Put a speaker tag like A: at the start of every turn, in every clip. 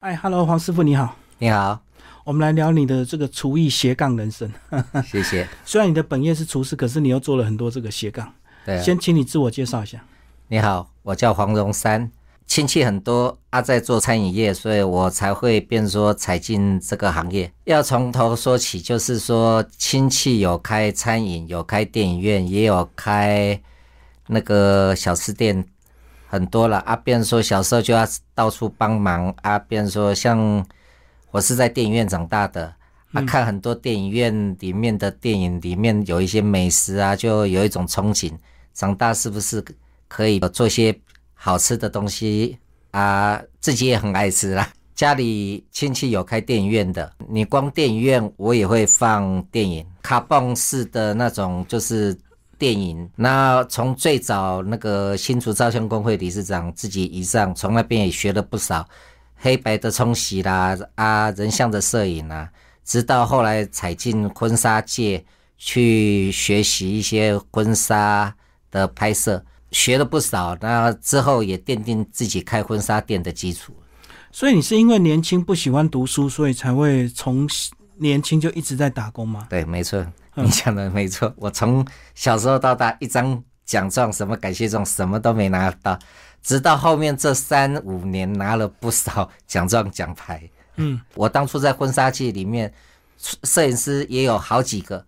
A: 哎，Hello，黄师傅你好，
B: 你好，
A: 我们来聊你的这个厨艺斜杠人生。
B: 谢谢。
A: 虽然你的本业是厨师，可是你又做了很多这个斜杠。
B: 对啊，
A: 先请你自我介绍一下。
B: 你好，我叫黄荣山，亲戚很多啊，在做餐饮业，所以我才会变说才进这个行业。要从头说起，就是说亲戚有开餐饮，有开电影院，也有开那个小吃店，很多了啊。变说小时候就要到处帮忙啊，变说像我是在电影院长大的。啊，看很多电影院里面的电影，里面有一些美食啊，就有一种憧憬。长大是不是可以呃做些好吃的东西啊？自己也很爱吃啦。家里亲戚有开电影院的，你光电影院我也会放电影，卡蹦式的那种就是电影。那从最早那个新竹照相工会理事长自己以上，从那边也学了不少黑白的冲洗啦，啊人像的摄影啊，直到后来踩进婚纱界去学习一些婚纱的拍摄，学了不少。那之后也奠定自己开婚纱店的基础。
A: 所以你是因为年轻不喜欢读书，所以才会从年轻就一直在打工吗？嗯
B: 对，没错，你讲的没错。我从小时候到大，一张奖状、什么感谢状，什么都没拿到，直到后面这三五年拿了不少奖状、奖牌。
A: 嗯，
B: 我当初在婚纱界里面，摄影师也有好几个，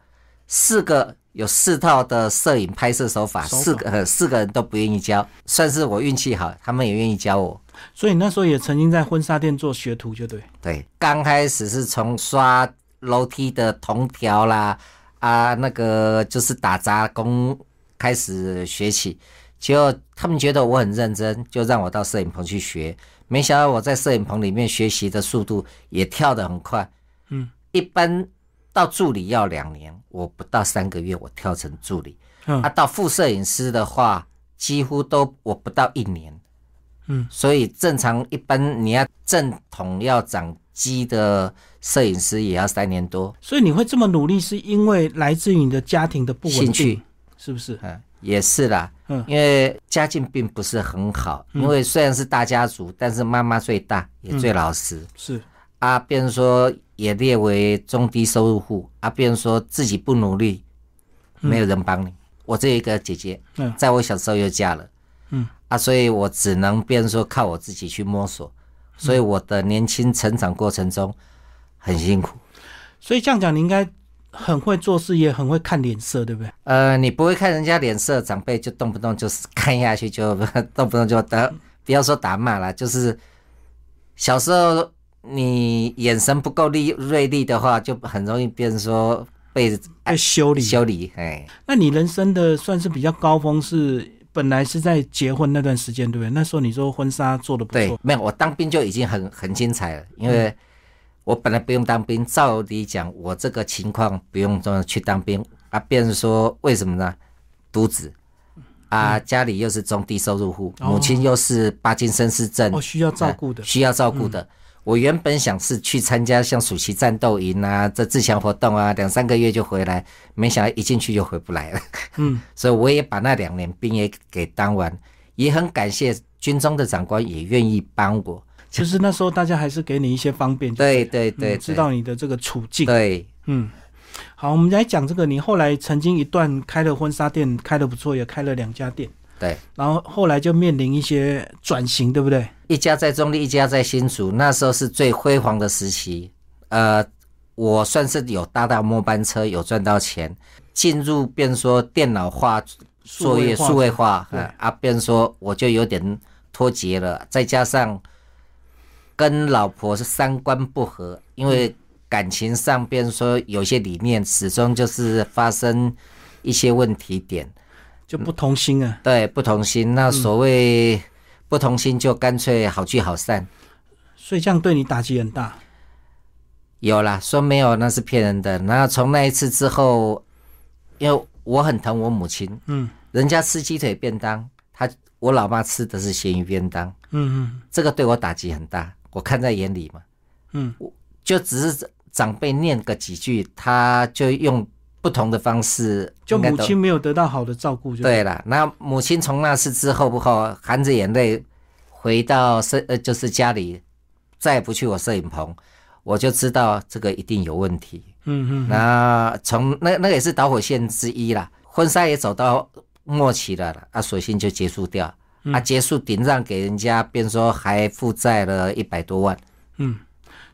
B: 四个有四套的摄影拍摄手法，
A: 手法
B: 四个、呃、四个人都不愿意教，算是我运气好，他们也愿意教我。
A: 所以你那时候也曾经在婚纱店做学徒，就对。
B: 对，刚开始是从刷楼梯的铜条啦，啊，那个就是打杂工开始学起，结果他们觉得我很认真，就让我到摄影棚去学。没想到我在摄影棚里面学习的速度也跳得很快，
A: 嗯，
B: 一般到助理要两年，我不到三个月我跳成助理，
A: 嗯
B: 啊，到副摄影师的话，几乎都我不到一年。
A: 嗯，
B: 所以正常一般你要正统要长肌的摄影师也要三年多，
A: 所以你会这么努力，是因为来自于你的家庭的不稳
B: 兴
A: 定
B: 趣，
A: 是不是？
B: 嗯，也是啦，
A: 嗯
B: 因为家境并不是很好，因为虽然是大家族，但是妈妈最大也
A: 嗯
B: 最老实，
A: 是，
B: 啊，变成说也列为中低收入户啊，变成说自己不努力，没有人帮你。我这一个姐姐，
A: 嗯
B: 在我小时候又嫁了，
A: 嗯
B: 啊，所以我只能变成说靠我自己去摸索，所以我的年轻成长过程中很辛苦。
A: 所以这样讲，你应该很会做事，也很会看脸色，对不对？
B: 呃，你不会看人家脸色，长辈就动不动就是 看下去就动不动就 打，不要说打骂啦，就是小时候你眼神不够利锐利的话，就很容易变成说被
A: 爱修理。
B: 修理。哎，
A: 那你人生的算是比较高峰是本来是在结婚那段时间，对不对？那时候你说婚纱做的不
B: 对
A: 错，，
B: 没有，我当兵就已经很很精彩了，因为我本来不用当兵，照理讲我这个情况不用这么去当兵啊，变成说为什么呢？独子。啊，家里又是中低收入户，
A: 嗯哦
B: 母亲又是帕金森氏症
A: 哦，，需要照顾的嗯
B: 呃，需要照顾的。我原本想是去参加像暑期战斗营啊、这自强活动啊，两三个月就回来，没想到一进去就回不来了。
A: 嗯，
B: 所以我也把那两年兵也给当完，也很感谢军中的长官也愿意帮我。
A: 就是那时候大家还是给你一些方便，就
B: 对对对，
A: 嗯知道你的这个处境。
B: 对
A: 嗯，好，我们来讲这个，你后来曾经一段开了婚纱店，开的不错，也开了两家店，
B: 对，
A: 然后后来就面临一些转型，对不对？
B: 一家在中立，一家在新竹，那时候是最辉煌的时期。呃，我算是有搭到末班车，有赚到钱，进入变说电脑化作业
A: 化
B: 数位化，
A: 对
B: 呃啊，变说我就有点脱节了，再加上跟老婆是三观不合，因为感情上变说有些理念始终就是发生一些问题点。
A: 就不同心啊，
B: 对，不同心。那所谓不同心，就干脆好聚好散。
A: 所以这样对你打击很大。
B: 有啦，说没有那是骗人的。那从那一次之后，因为我很疼我母亲，
A: 嗯
B: 人家吃鸡腿便当，她我老妈吃的是咸鱼便当，
A: 嗯
B: 这个对我打击很大，我看在眼里嘛。
A: 嗯
B: 就只是长辈念个几句，他就用不同的方式，
A: 就
B: 应该
A: 母
B: 都
A: 亲没有得到好的照顾，就
B: 对了，那母亲从那次之后不后，含着眼泪回到是呃，就是家里再也不去我摄影棚，我就知道这个一定有问题。
A: 嗯嗯，
B: 那从那那个也是导火线之一啦，婚纱也走到末期了啦，啊，索性就结束掉，啊，结束顶让给人家，变说还负债了一百多万，
A: 嗯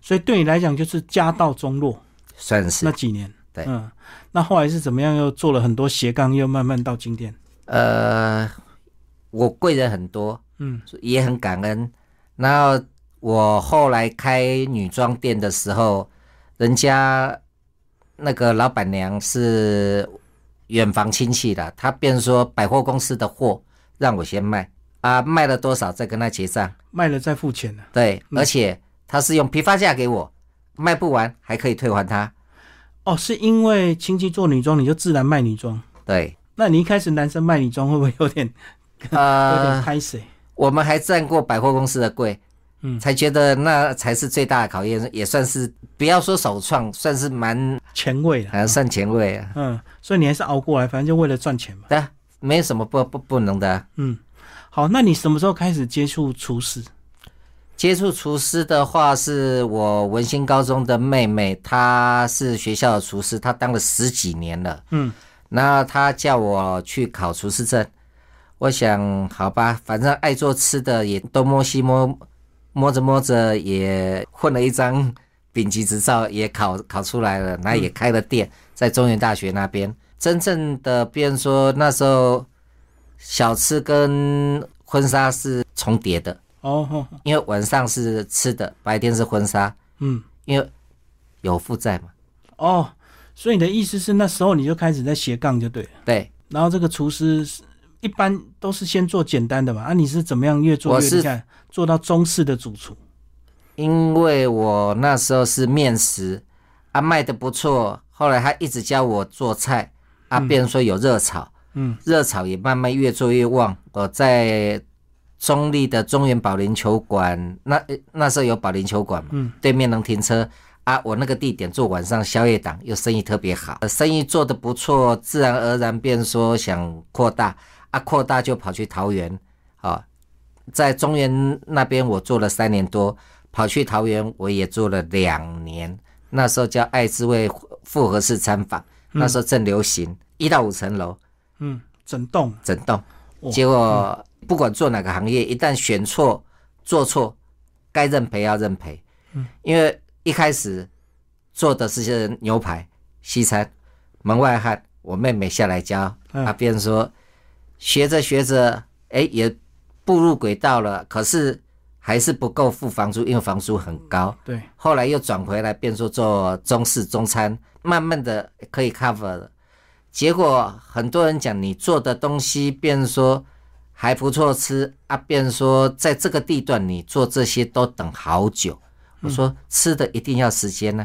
A: 所以对你来讲就是家道中落
B: 算是
A: 那几年。
B: 对
A: 嗯，那后来是怎么样？又做了很多斜杠，又慢慢到今天。
B: 呃，我贵人很多，
A: 嗯，
B: 也很感恩。然后我后来开女装店的时候，人家那个老板娘是远房亲戚的，她便说百货公司的货让我先卖啊，卖了多少再跟她结账。
A: 卖了再付钱了、
B: 对，而且她是用批发价给我，卖不完还可以退还她。
A: 哦，是因为亲戚做女装，你就自然卖女装。
B: 对，
A: 那你一开始男生卖女装会不会有点有点
B: 呃，
A: 拍谁？
B: 我们还站过百货公司的柜，
A: 嗯
B: 才觉得那才是最大的考验，也算是不要说首创，算是蛮
A: 前卫了。
B: 呃算前卫啊，
A: 嗯，所以你还是熬过来，反正就为了赚钱嘛。
B: 但没什么不不不能的啊。
A: 嗯，好，那你什么时候开始接触厨师？
B: 接触厨师的话，是我文心高中的妹妹，她是学校的厨师，她当了十几年了。
A: 嗯，
B: 那她叫我去考厨师证，我想好吧，反正爱做吃的也东摸西摸，摸着摸着也混了一张丙级执照，也考考出来了，然后也开了店，在中原大学那边。真正的，变说那时候小吃跟婚纱是重叠的。
A: 哦，哦哦
B: 因为晚上是吃的，白天是婚纱，
A: 嗯，
B: 因为有负债嘛。
A: 哦，所以你的意思是那时候你就开始在斜杠就对了。
B: 对，
A: 然后这个厨师是一般都是先做简单的嘛，啊，你是怎么样越做
B: 我
A: 越
B: 是
A: 厉害，做到中式的主厨？
B: 因为我那时候是面食，啊卖的不错，后来他一直教我做菜，啊，变成说有热炒，
A: 嗯，
B: 热炒也慢慢越做越旺。我在中立的中原保龄球馆，那呃那时候有保龄球馆嘛，
A: 嗯，
B: 对面能停车。啊，我那个地点做晚上宵夜档，又生意特别好，呃生意做得不错，自然而然便说想扩大，啊，扩大就跑去桃园，啊，在中原那边我做了三年多，跑去桃园我也做了两年，那时候叫爱滋味复合式餐坊，那时候正流行，一到五层楼
A: 嗯，整栋
B: 整栋
A: 哇，
B: 结果不管做哪个行业，一旦选错、做错，该认赔要认赔，
A: 嗯
B: 因为一开始做的是些牛排西餐，门外汉，我妹妹下来教，
A: 嗯
B: 她别人说学着学着，哎也步入轨道了，可是还是不够付房租，因为房租很高。
A: 对，
B: 后来又转回来，变说做中式中餐，慢慢的可以 cover 了。结果很多人讲你做的东西，变说还不错吃啊，变说在这个地段你做这些都等好久。我说吃的一定要时间呢、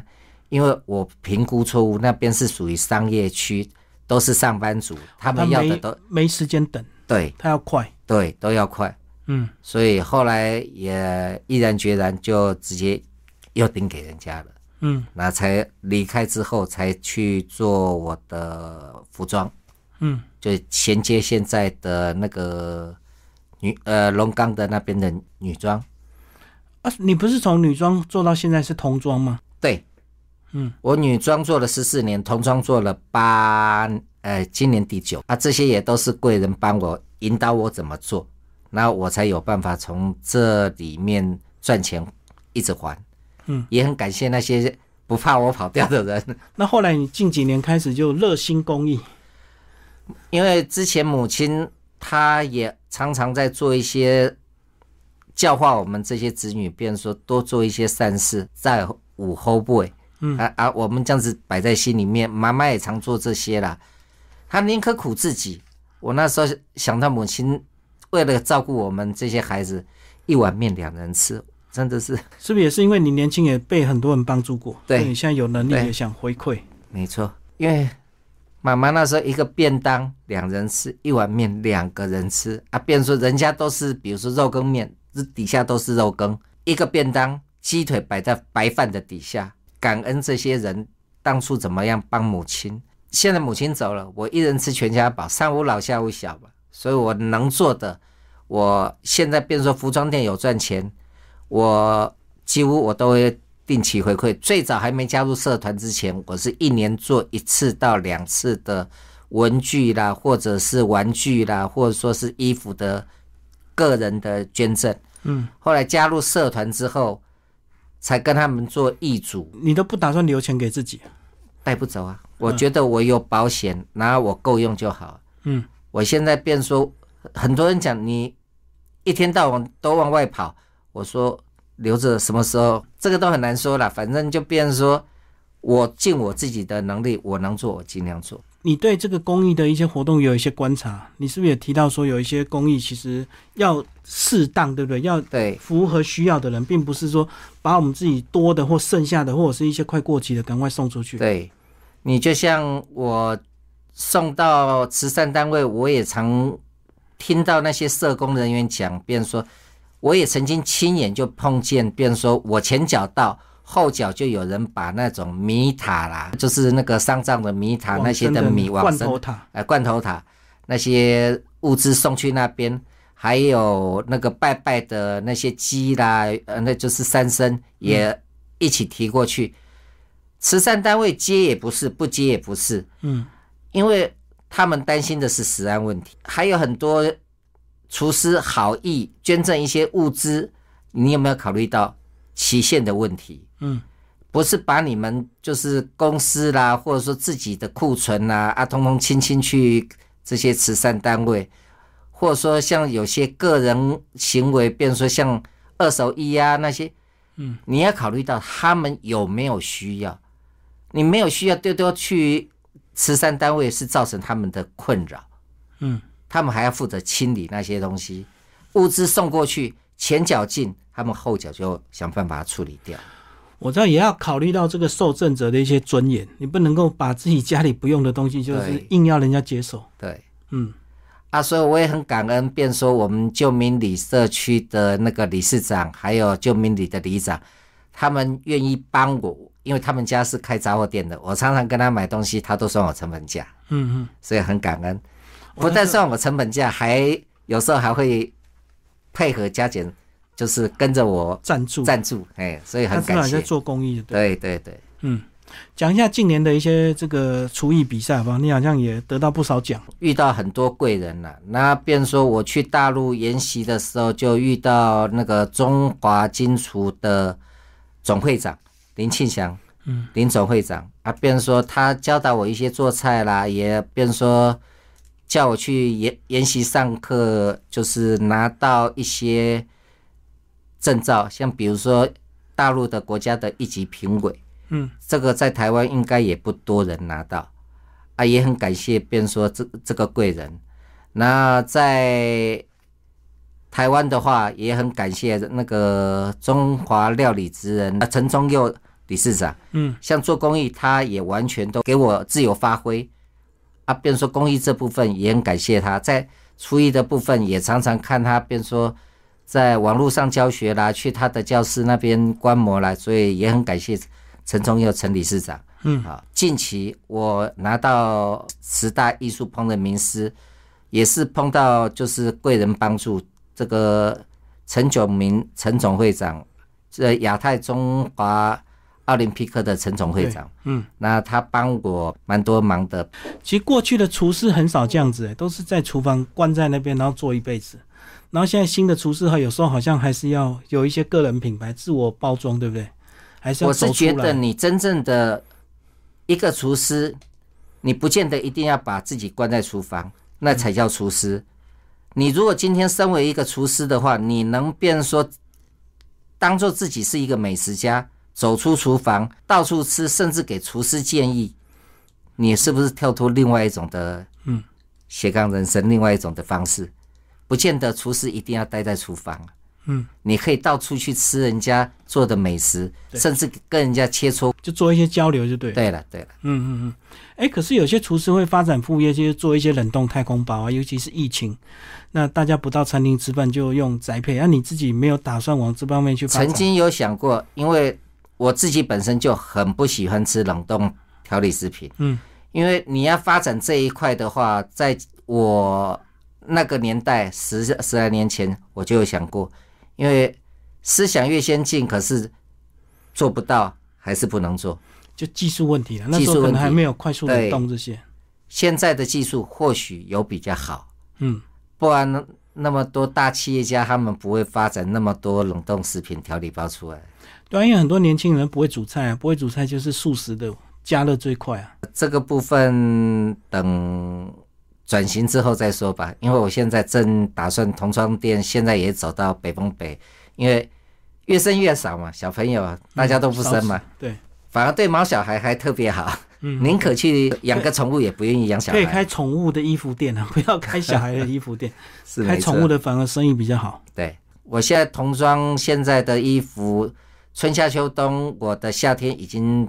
B: 因为我评估错误，那边是属于商业区，都是上班族，他
A: 啊他
B: 们要的
A: 没
B: 都
A: 没时间等，
B: 对
A: 他要快。
B: 对都要快，
A: 嗯，
B: 所以后来也毅然决然就直接又订给人家了。
A: 嗯
B: 那才离开之后才去做我的服装，
A: 嗯，
B: 就衔接现在的那个女呃龙岗的那边的女装。
A: 啊，你不是从女装做到现在是童装吗？
B: 对，
A: 嗯，
B: 我女装做了十四年，童装做了八，呃，今年第九啊，这些也都是贵人帮我引导我怎么做，那我才有办法从这里面赚钱，一直还。
A: 嗯，
B: 也很感谢那些不怕我跑掉的人。
A: 那后来你近几年开始就热心公益，
B: 因为之前母亲她也常常在做一些教化我们这些子女，变成说多做一些善事，在午后 boy，
A: 嗯
B: 啊啊，我们这样子摆在心里面，妈妈也常做这些啦，她宁可苦自己。我那时候想到母亲为了照顾我们这些孩子，一碗面两人吃，真的是
A: 是不是也是因为你年轻也被很多人帮助过？
B: 对
A: 所以你现在有能力
B: 对
A: 也想回馈。
B: 没错，因为妈妈那时候一个便当两人吃，一碗面两个人吃啊，变成说人家都是比如说肉羹面，这底下都是肉羹，一个便当鸡腿摆在白饭的底下，感恩这些人当初怎么样帮母亲。现在母亲走了，我一人吃全家饱，上无老下无小嘛，所以我能做的，我现在变成说服装店有赚钱，我几乎我都会定期回馈。最早还没加入社团之前，我是一年做一次到两次的文具啦，或者是玩具啦，或者说是衣服的个人的捐赠。
A: 嗯，
B: 后来加入社团之后，才跟他们做义组，
A: 你都不打算留钱给自己？
B: 带不走啊。我觉得我有保险，然后我够用就好。
A: 嗯，
B: 我现在变说，很多人讲你一天到晚都往外跑，我说留着什么时候，这个都很难说了。反正就变说，我尽我自己的能力，我能做我尽量做。
A: 你对这个公益的一些活动有一些观察，你是不是也提到说有一些公益其实要适当，对不对？要
B: 对，
A: 符合需要的人，并不是说把我们自己多的或剩下的，或者是一些快过期的赶快送出去。
B: 对，你就像我送到慈善单位，我也常听到那些社工人员讲，便说，我也曾经亲眼就碰见，便说我前脚到。后脚就有人把那种米塔啦，就是那个丧葬的米塔那些
A: 往生的
B: 米往
A: 罐
B: 生
A: 头塔，
B: 呃罐头塔那些物资送去那边，还有那个拜拜的那些鸡啦，呃，那就是三牲也一起提过去。慈善单位接也不是，不接也不是，
A: 嗯，
B: 因为他们担心的是食安问题，还有很多厨师好意捐赠一些物资，你有没有考虑到期限的问题？
A: 嗯，
B: 不是把你们就是公司啦，或者说自己的库存啦啊，通通清清去这些慈善单位，或者说像有些个人行为，比如说像二手衣啊那些，
A: 嗯，
B: 你要考虑到他们有没有需要，你没有需要丢丢去慈善单位是造成他们的困扰，
A: 嗯，
B: 他们还要负责清理那些东西，物资送过去前脚进，他们后脚就想办法处理掉。
A: 我知道也要考虑到这个受赠者的一些尊严，你不能够把自己家里不用的东西，就是
B: 对
A: 硬要人家接手。
B: 对，
A: 嗯
B: 啊，所以我也很感恩，便说我们救民里社区的那个理事长，还有救民里的里长，他们愿意帮我，因为他们家是开杂货店的，我常常跟他买东西，他都算我成本价，
A: 嗯
B: 所以很感恩。
A: 我
B: 不
A: 那
B: 但算我成本价，还有时候还会配合加减，就是跟着我
A: 嗯，赞助，
B: 赞助，哎，所以
A: 他
B: 很
A: 知道
B: 感
A: 你在
B: 谢。
A: 做公益的，对。
B: 对对对，
A: 嗯，讲一下近年的一些这个厨艺比赛吧，你好像也得到不少奖。
B: 遇到很多贵人了、那便说我去大陆研习的时候，就遇到那个中华金厨的总会长林庆祥，
A: 嗯，
B: 林总会长啊，便说他教导我一些做菜啦，也便说叫我去研研习上课，就是拿到一些证照，像比如说大陆的国家的一级评委，
A: 嗯，
B: 这个在台湾应该也不多人拿到，啊，也很感谢，便说这这个贵人。那在台湾的话，也很感谢那个中华料理职人啊陈忠佑理事长，
A: 嗯，
B: 像做公益，他也完全都给我自由发挥，啊，便说公益这部分也很感谢他，在初一的部分也常常看他，便说。在网络上教学啦，去他的教室那边观摩啦，所以也很感谢陈忠佑陈理事长。
A: 嗯
B: 啊，近期我拿到十大艺术烹饪名师，也是碰到就是贵人帮助这个陈炯明陈总会长，这亚太中华奥林匹克的陈总会长，
A: 嗯，
B: 那他帮我蛮多忙的。
A: 其实过去的厨师很少这样子、欸，都是在厨房关在那边，然后做一辈子。然后现在新的厨师，他有时候好像还是要有一些个人品牌自我包装，对不对？还是要
B: 我是
A: 走出
B: 觉
A: 来。
B: 得你真正的一个厨师，你不见得一定要把自己关在厨房，那才叫厨师。你如果今天身为一个厨师的话，你能变说，当做自己是一个美食家，走出厨房，到处吃，甚至给厨师建议，你是不是跳脱另外一种的
A: 嗯
B: 斜杠人生，另外一种的方式？不见得厨师一定要待在厨房啊。
A: 嗯，
B: 你可以到处去吃人家做的美食，
A: 对
B: 甚至跟人家切磋。
A: 就做一些交流就对。，
B: 对了，对了，
A: 嗯嗯嗯。哎、可是有些厨师会发展副业，就是做一些冷冻太空包啊，尤其是疫情，那大家不到餐厅吃饭就用宅配，啊那、你自己没有打算往这方面去发展？
B: 曾经有想过，因为我自己本身就很不喜欢吃冷冻调理食品。
A: 嗯，
B: 因为你要发展这一块的话，在我那个年代十十来年前，我就有想过，因为思想越先进，可是做不到，还是不能做。
A: 就技术问题了。那
B: 技
A: 时
B: 术
A: 候可
B: 问
A: 能
B: 题
A: 还没有快速的
B: 对
A: 动这些。
B: 现在的技术或许有比较好，
A: 嗯，
B: 不然那么多大企业家他们不会发展那么多冷冻食品调理包出来。
A: 对啊，因为很多年轻人不会煮菜啊，不会煮菜就是素食的加热最快啊。
B: 这个部分等转型之后再说吧，因为我现在正打算童装店，现在也走到北风北，因为越生越少嘛，小朋友啊大家都不生
A: 少
B: 嘛，
A: 食对，
B: 反而对毛小孩还特别好，
A: 嗯，
B: 宁可去养个宠物，也不愿意养小
A: 可以
B: 孩，
A: 开宠物的衣服店啊，不要开小孩的衣服店，
B: 是
A: 开
B: 没错
A: 宠物。的反而生意比较好。
B: 对我现在童装现在的衣服，春夏秋冬，我的夏天已经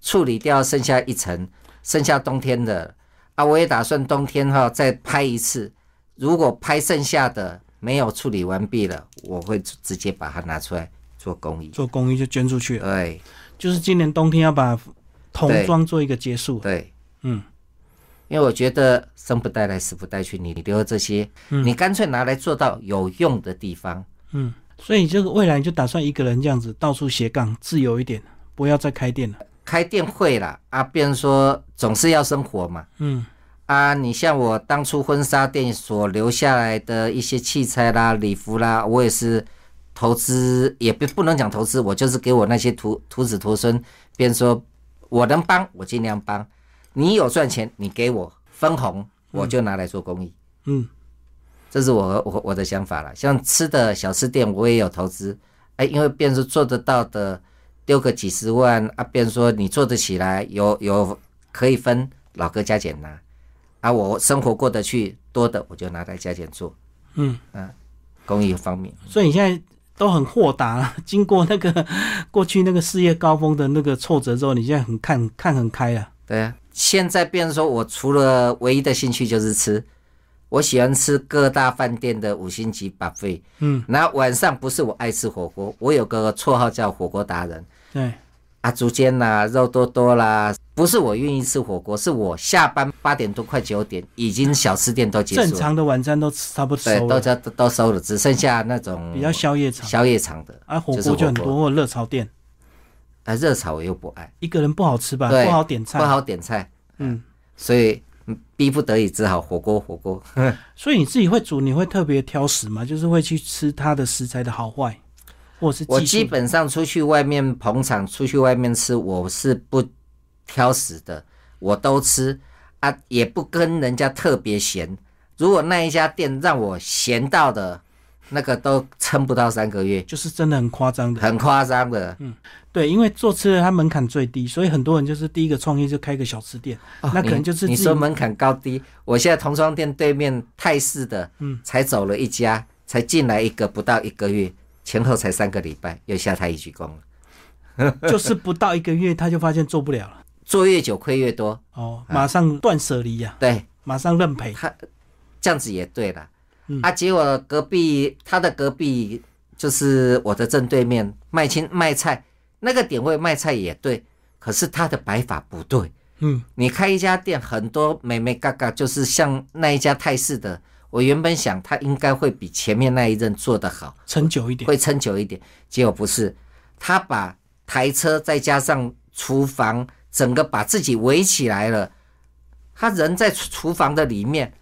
B: 处理掉，剩下一层，剩下冬天的啊，我也打算冬天哈再拍一次。如果拍剩下的没有处理完毕了，我会直接把它拿出来做公益。
A: 做公益就捐出去了，
B: 对
A: 就是今年冬天要把童装做一个结束。
B: 对，
A: 嗯，
B: 因为我觉得生不带来，死不带去，你留这些，
A: 嗯
B: 你干脆拿来做到有用的地方。
A: 嗯，所以这个未来就打算一个人这样子到处斜杠，自由一点，不要再开店了。
B: 开店会啦，啊，变成说总是要生活嘛。
A: 嗯，
B: 啊，你像我当初婚纱店所留下来的一些器材啦、礼服啦，我也是投资，也不不能讲投资，我就是给我那些徒徒子徒孙，边说我能帮我尽量帮，你有赚钱你给我分红，我就拿来做公益，
A: 嗯，
B: 这是我我我的想法啦。像吃的小吃店我也有投资，哎，因为变说做得到的丢个几十万啊，变说你做得起来，有有可以分，老哥加减拿。啊，我生活过得去，多的我就拿来加减做。啊
A: 嗯
B: 公益方面，
A: 所以你现在都很豁达了，经过那个 过去那个事业高峰的那个挫折之后，你现在很看看很开了。
B: 对啊。现在变成说我除了唯一的兴趣就是吃，我喜欢吃各大饭店的五星级 buffet。
A: 嗯，
B: 然后晚上不是我爱吃火锅，我有个绰号叫火锅达人
A: 对，
B: 啊，竹间啦、肉多多啦，不是我愿意吃火锅，是我下班八点多快九点，已经小吃店都结
A: 正
B: 束了，
A: 常的晚餐都吃差不多
B: 对，
A: 熟
B: 都
A: 了，
B: 都都收了，只剩下那种
A: 比较宵夜场
B: 宵夜场的
A: 啊，火
B: 就是
A: 锅就很
B: 火锅
A: 多，或者热炒店，
B: 啊，热炒我又不爱。
A: 一个人不好吃吧，
B: 对
A: 不好点菜
B: 不。好点菜，
A: 嗯，
B: 所以嗯逼不得已只好火锅火锅。
A: 所以你自己会煮，你会特别挑食吗？就是会去吃它的食材的好坏，或者是
B: 我
A: 技术
B: 基本上出去外面捧场，出去外面吃，我是不挑食的，我都吃啊，也不跟人家特别闲。如果那一家店让我闲到的，那个都撑不到三个月，
A: 就是真的很夸张的。
B: 很夸张的。
A: 对，因为做吃的它门槛最低，所以很多人就是第一个创业就开个小吃店，那可能就是
B: 哦
A: 自
B: 你你
A: 己
B: 说门槛高低，我现在童装店对面泰式的，
A: 嗯
B: 才走了一家，才进来一个不到一个月，前后才三个礼拜，又下台一鞠躬了。
A: 就是不到一个月他就发现做不了了，
B: 做越久亏越多，
A: 哦，马上断舍离呀、
B: 对，
A: 马上认赔。
B: 这样子也对了。
A: 嗯
B: 啊，结果隔壁他的隔壁就是我的正对面卖青卖菜那个点位卖菜也对，可是他的摆法不对。
A: 嗯，
B: 你开一家店，很多美美嘎嘎，就是像那一家泰式的。我原本想他应该会比前面那一任做得好，
A: 撑久一点。
B: 会撑久一点。结果不是，他把台车再加上厨房，整个把自己围起来了。他人在厨厨房的里面，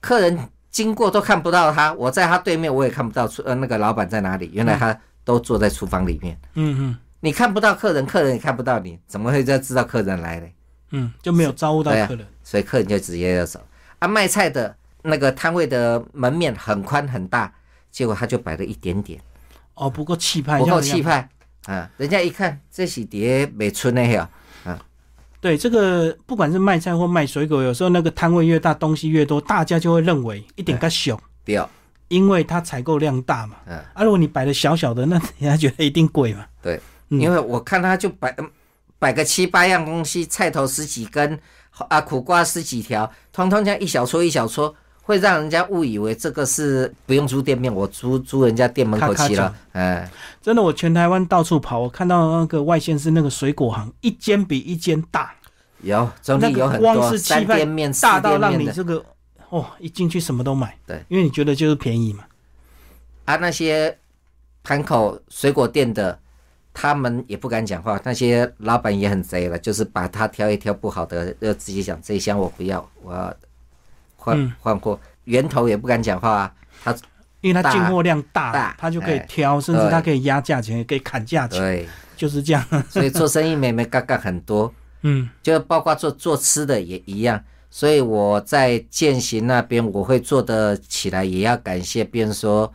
B: 客人经过都看不到他。我在他对面，我也看不到厨呃那个老板在哪里。原来他都坐在厨房里面，
A: 嗯嗯
B: 你看不到客人，客人也看不到你，怎么会再知道客人来嘞？
A: 嗯，就没有招呼到
B: 对啊
A: 客人。
B: 所以客人就直接要走。啊，卖菜的那个摊位的门面很宽很大，结果他就摆了一点点。
A: 哦，不够气派，
B: 不
A: 像
B: 够
A: 人家
B: 气。派啊！人家一看，这是碟美村的呀，
A: 对，这个不管是卖菜或卖水果，有时候那个摊位越大，东西越多，大家就会认为一点个小，
B: 对哦，
A: 因为它采购量大嘛。
B: 嗯
A: 啊，如果你摆的小小的，那人家觉得一定贵嘛。
B: 对，
A: 嗯
B: 因为我看他就摆嗯摆个七八样东西，菜头十几根，啊，苦瓜十几条，通通这样一小撮一小撮，会让人家误以为这个是不用租店面，我租租人家店门口
A: 咔咔
B: 骑了
A: 讲，
B: 嗯，
A: 真的，我全台湾到处跑，我看到那个外县市那个水果行，一间比一间大，
B: 有中
A: 那
B: 立有
A: 个
B: 很
A: 光
B: 多
A: 是
B: 三
A: 气派
B: 店面、四
A: 大到
B: 店
A: 让
B: 面
A: 你
B: 的
A: 这个哦，一进去什么都买。
B: 对，
A: 因为你觉得就是便宜嘛。
B: 啊，那些盘口水果店的，他们也不敢讲话，那些老板也很贼了，就是把他挑一挑不好的，呃就直接讲这一箱我不要，我要换换货，源头也不敢讲话啊，他
A: 因为它进货量大，
B: 大
A: 它就可以
B: 哎
A: 挑，甚至
B: 对
A: 它可以压价钱，也可以砍价钱，
B: 对，
A: 就是这样。
B: 所以做生意美美嘎嘎很多，
A: 嗯
B: 就包括做做吃的也一样。所以我在践行那边，我会做得起来，也要感谢，别人说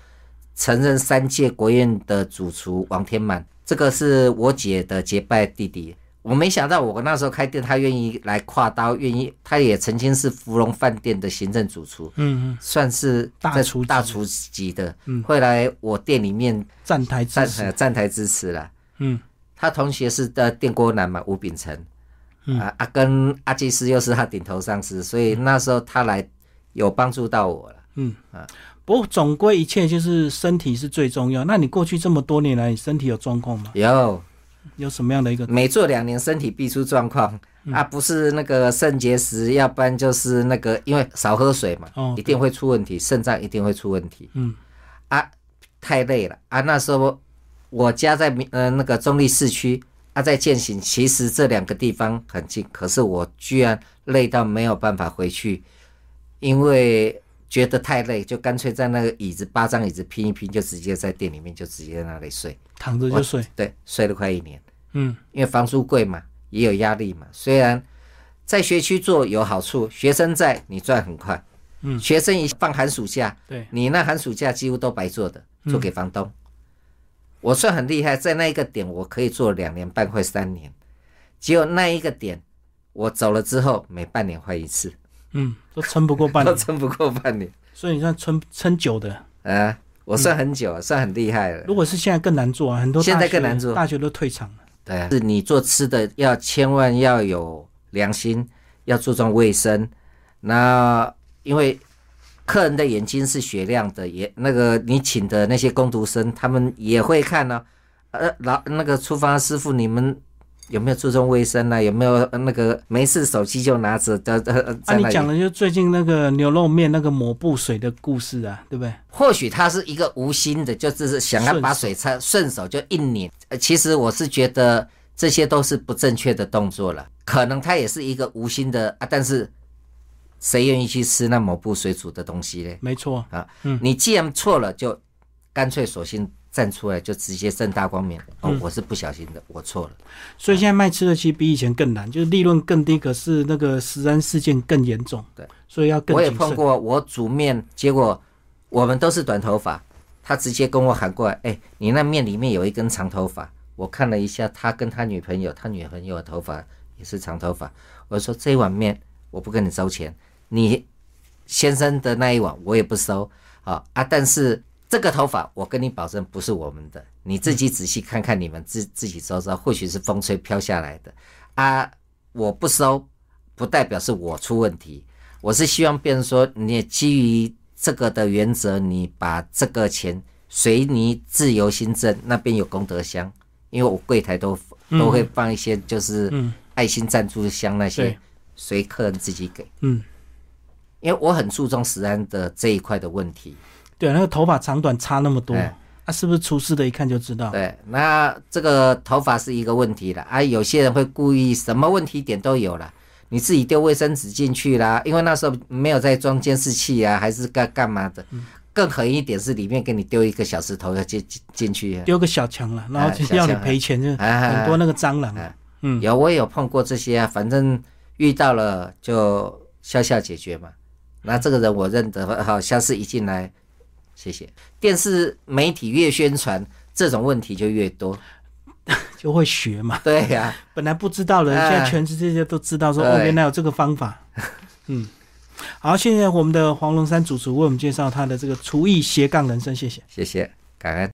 B: 曾任三届国宴的主厨王天满，这个是我姐的结拜弟弟。我没想到我那时候开店，他愿意来跨刀，愿意，他也曾经是芙蓉饭店的行政主厨，
A: 嗯嗯，
B: 算是
A: 大
B: 在
A: 厨级
B: 大厨级的
A: 嗯，
B: 会来我店里面
A: 站台支
B: 站
A: 持
B: 呃，站台支持啦。
A: 嗯
B: 他同学是的电锅男嘛，吴秉成，
A: 嗯
B: 啊啊，跟阿基斯又是他顶头上司，所以那时候他来有帮助到我了。
A: 嗯
B: 啊。
A: 不过总归一切就是身体是最重要。那你过去这么多年来，你身体有状况吗？
B: 有
A: 有什么样的一个？
B: 每做两年身体必出状况、
A: 嗯
B: 啊，不是那个肾结石，要不然就是那个因为少喝水嘛，
A: 哦
B: 一定会出问题，肾脏一定会出问题
A: 嗯
B: 啊，太累了啊。那时候我家在民呃那个中立市区。啊，在践行，其实这两个地方很近，可是我居然累到没有办法回去，因为觉得太累，就干脆在那个椅子八张椅子拼一拼，就直接在店里面就直接在那里睡，
A: 躺着就睡。
B: 对，睡了快一年。
A: 嗯
B: 因为房租贵嘛，也有压力嘛。虽然在学区做有好处，学生在你赚很快，
A: 嗯
B: 学生一放寒暑假，
A: 对，
B: 你那寒暑假几乎都白做的，做给房东。我算很厉害，在那一个点我可以做两年半或三年，只有那一个点我走了之后，每半年换一次，
A: 嗯， 都撑不过半
B: 都
A: 年，
B: 撑不过半年
A: 所以你算撑撑久的。
B: 啊！我算很久了，算很厉害了。
A: 如果是现在更难做啊，很多大学
B: 现在更难做
A: 大学都退场了。
B: 对啊，是你做吃的要千万要有良心，要注重卫生。那因为客人的眼睛是雪亮的，也那个你请的那些工读生，他们也会看呢、呃，老那个厨房师傅，你们有没有注重卫生呢、有没有呃那个没事手机就拿着的呃
A: 啊，
B: 在
A: 你
B: 那里？
A: 讲的就是最近那个牛肉面那个抹布水的故事啊，对不对？
B: 或许他是一个无心的，就只是想要把水擦顺手就一拧。呃，其实我是觉得这些都是不正确的动作了，可能他也是一个无心的啊。但是谁愿意去吃那抹布水煮的东西嘞？
A: 没错，
B: 啊，
A: 嗯
B: 你既然错了，就干脆索性站出来，就直接正大光明。哦，我是不小心的，我错了。
A: 所以现在卖吃的其实比以前更难，就是利润更低，可是那个食安事件更严重。
B: 对，
A: 所以要更
B: 我也
A: 谨
B: 碰
A: 慎。
B: 过，我煮面，结果我们都是短头发，他直接跟我喊过来，哎、你那面里面有一根长头发。我看了一下，他跟他女朋友，他女朋友的头发也是长头发。我说这一碗面我不跟你收钱，你先生的那一碗我也不收啊啊！但是这个头发我跟你保证不是我们的，你自己仔细看看你们自自己收收，或许是风吹飘下来的啊！我不收，不代表是我出问题，我是希望别人说，你也基于这个的原则，你把这个钱随你自由新政那边有功德箱，因为我柜台都都会放一些就是
A: 嗯
B: 爱心赞助箱那些
A: 对，
B: 随客人自己给，
A: 嗯，
B: 因为我很注重食安的这一块的问题。
A: 对，那个头发长短差那么多，
B: 哎
A: 啊，是不是厨师的一看就知道？
B: 啊对，那这个头发是一个问题了啊，有些人会故意什么问题点都有了，你自己丢卫生纸进去啦，因为那时候没有在装监视器啊，还是干干嘛的。更狠一点是里面给你丢一个小石头要进进进去啊。
A: 丢个小强了，然后
B: 哎
A: 就要你
B: 小强
A: 赔钱，就
B: 哎哎哎
A: 很多那个蟑螂啊。
B: 哎
A: 嗯
B: 有我也有碰过这些啊，反正遇到了就笑笑解决嘛。那这个人我认得，好，下次一进来，谢谢。电视媒体越宣传，这种问题就越多。
A: 就会学嘛。
B: 对啊呀、
A: 本来不知道的，
B: 哎
A: 现在全世界都知道说，
B: 对
A: 哦，原来有这个方 法。嗯，好，谢谢我们的黄龙山主厨为我们介绍他的这个厨艺斜杠人生，谢谢。
B: 谢谢，感恩。